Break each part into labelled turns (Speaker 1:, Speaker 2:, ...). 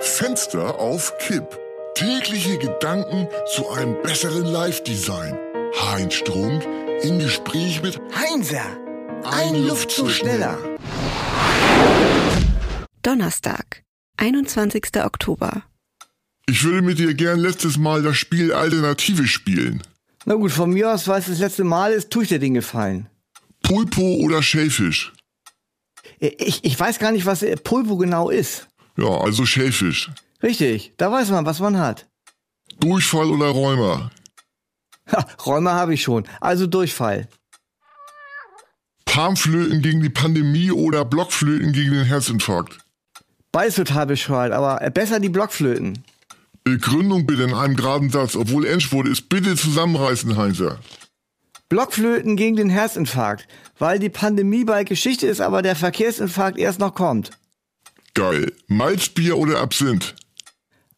Speaker 1: Fenster auf Kipp. Tägliche Gedanken zu einem besseren Live-Design. Heinz Strunk im Gespräch mit
Speaker 2: Heinzer,
Speaker 1: Ein Luftzug ne? schneller.
Speaker 3: Donnerstag, 21. Oktober.
Speaker 1: Ich würde mit dir gern letztes Mal das Spiel Alternative spielen.
Speaker 2: Na gut, von mir aus, weil es das letzte Mal ist, tue ich dir den Gefallen.
Speaker 1: Pulpo oder Schellfisch?
Speaker 2: Äh, Ich, ich weiß gar nicht, was äh, Pulpo genau ist.
Speaker 1: Ja, also Schellfisch.
Speaker 2: Richtig, da weiß man, was man hat.
Speaker 1: Durchfall oder Rheuma?
Speaker 2: Ha, Räume habe ich schon, also Durchfall.
Speaker 1: Palmflöten gegen die Pandemie oder Blockflöten gegen den Herzinfarkt?
Speaker 2: Beides total bescheuert, aber äh, besser die Blockflöten.
Speaker 1: Begründung bitte in einem geraden Satz, obwohl Endspurt ist. Bitte zusammenreißen, Heinzer.
Speaker 2: Blockflöten gegen den Herzinfarkt, weil die Pandemie bald Geschichte ist, aber der Verkehrsinfarkt erst noch kommt.
Speaker 1: Geil. Malzbier oder Absinth?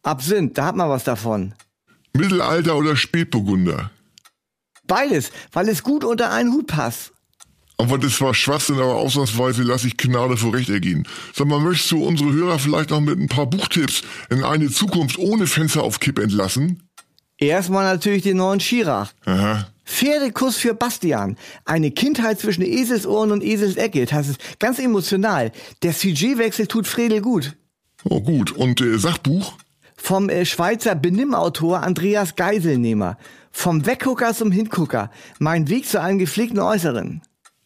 Speaker 2: Absinth, da hat man was davon.
Speaker 1: Mittelalter oder Spätburgunder?
Speaker 2: Beides, weil es gut unter einen Hut passt.
Speaker 1: Aber das war Schwachsinn, aber ausnahmsweise lasse ich Gnade vor Recht ergehen. Sag mal, möchtest du unsere Hörer vielleicht noch mit ein paar Buchtipps in eine Zukunft ohne Fenster auf Kipp entlassen?
Speaker 2: Erstmal natürlich den neuen Schirach.
Speaker 1: Aha.
Speaker 2: Pferdekuss für Bastian. Eine Kindheit zwischen Eselsohren und Eselsecke. Das ist ganz emotional. Der CG-Wechsel tut Fredel gut.
Speaker 1: Oh gut, und äh, Sachbuch?
Speaker 2: Vom äh, Schweizer Benimmautor Andreas Geiselnehmer. Vom Weggucker zum Hingucker. Mein Weg zu einem gepflegten Äußeren.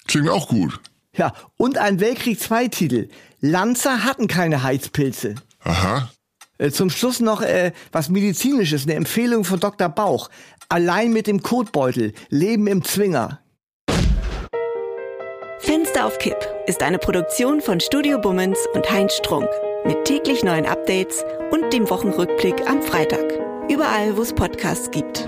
Speaker 1: Klingt auch gut.
Speaker 2: Ja, und ein Weltkrieg-II-Titel. Lanzer hatten keine Heizpilze.
Speaker 1: Aha.
Speaker 2: Äh, Zum Schluss noch äh, was Medizinisches, eine Empfehlung von Dr. Bauch. Allein mit dem Kotbeutel, Leben im Zwinger.
Speaker 3: Fenster auf Kipp ist eine Produktion von Studio Bummens und Heinz Strunk. Mit täglich neuen Updates und dem Wochenrückblick am Freitag. Überall, wo es Podcasts gibt.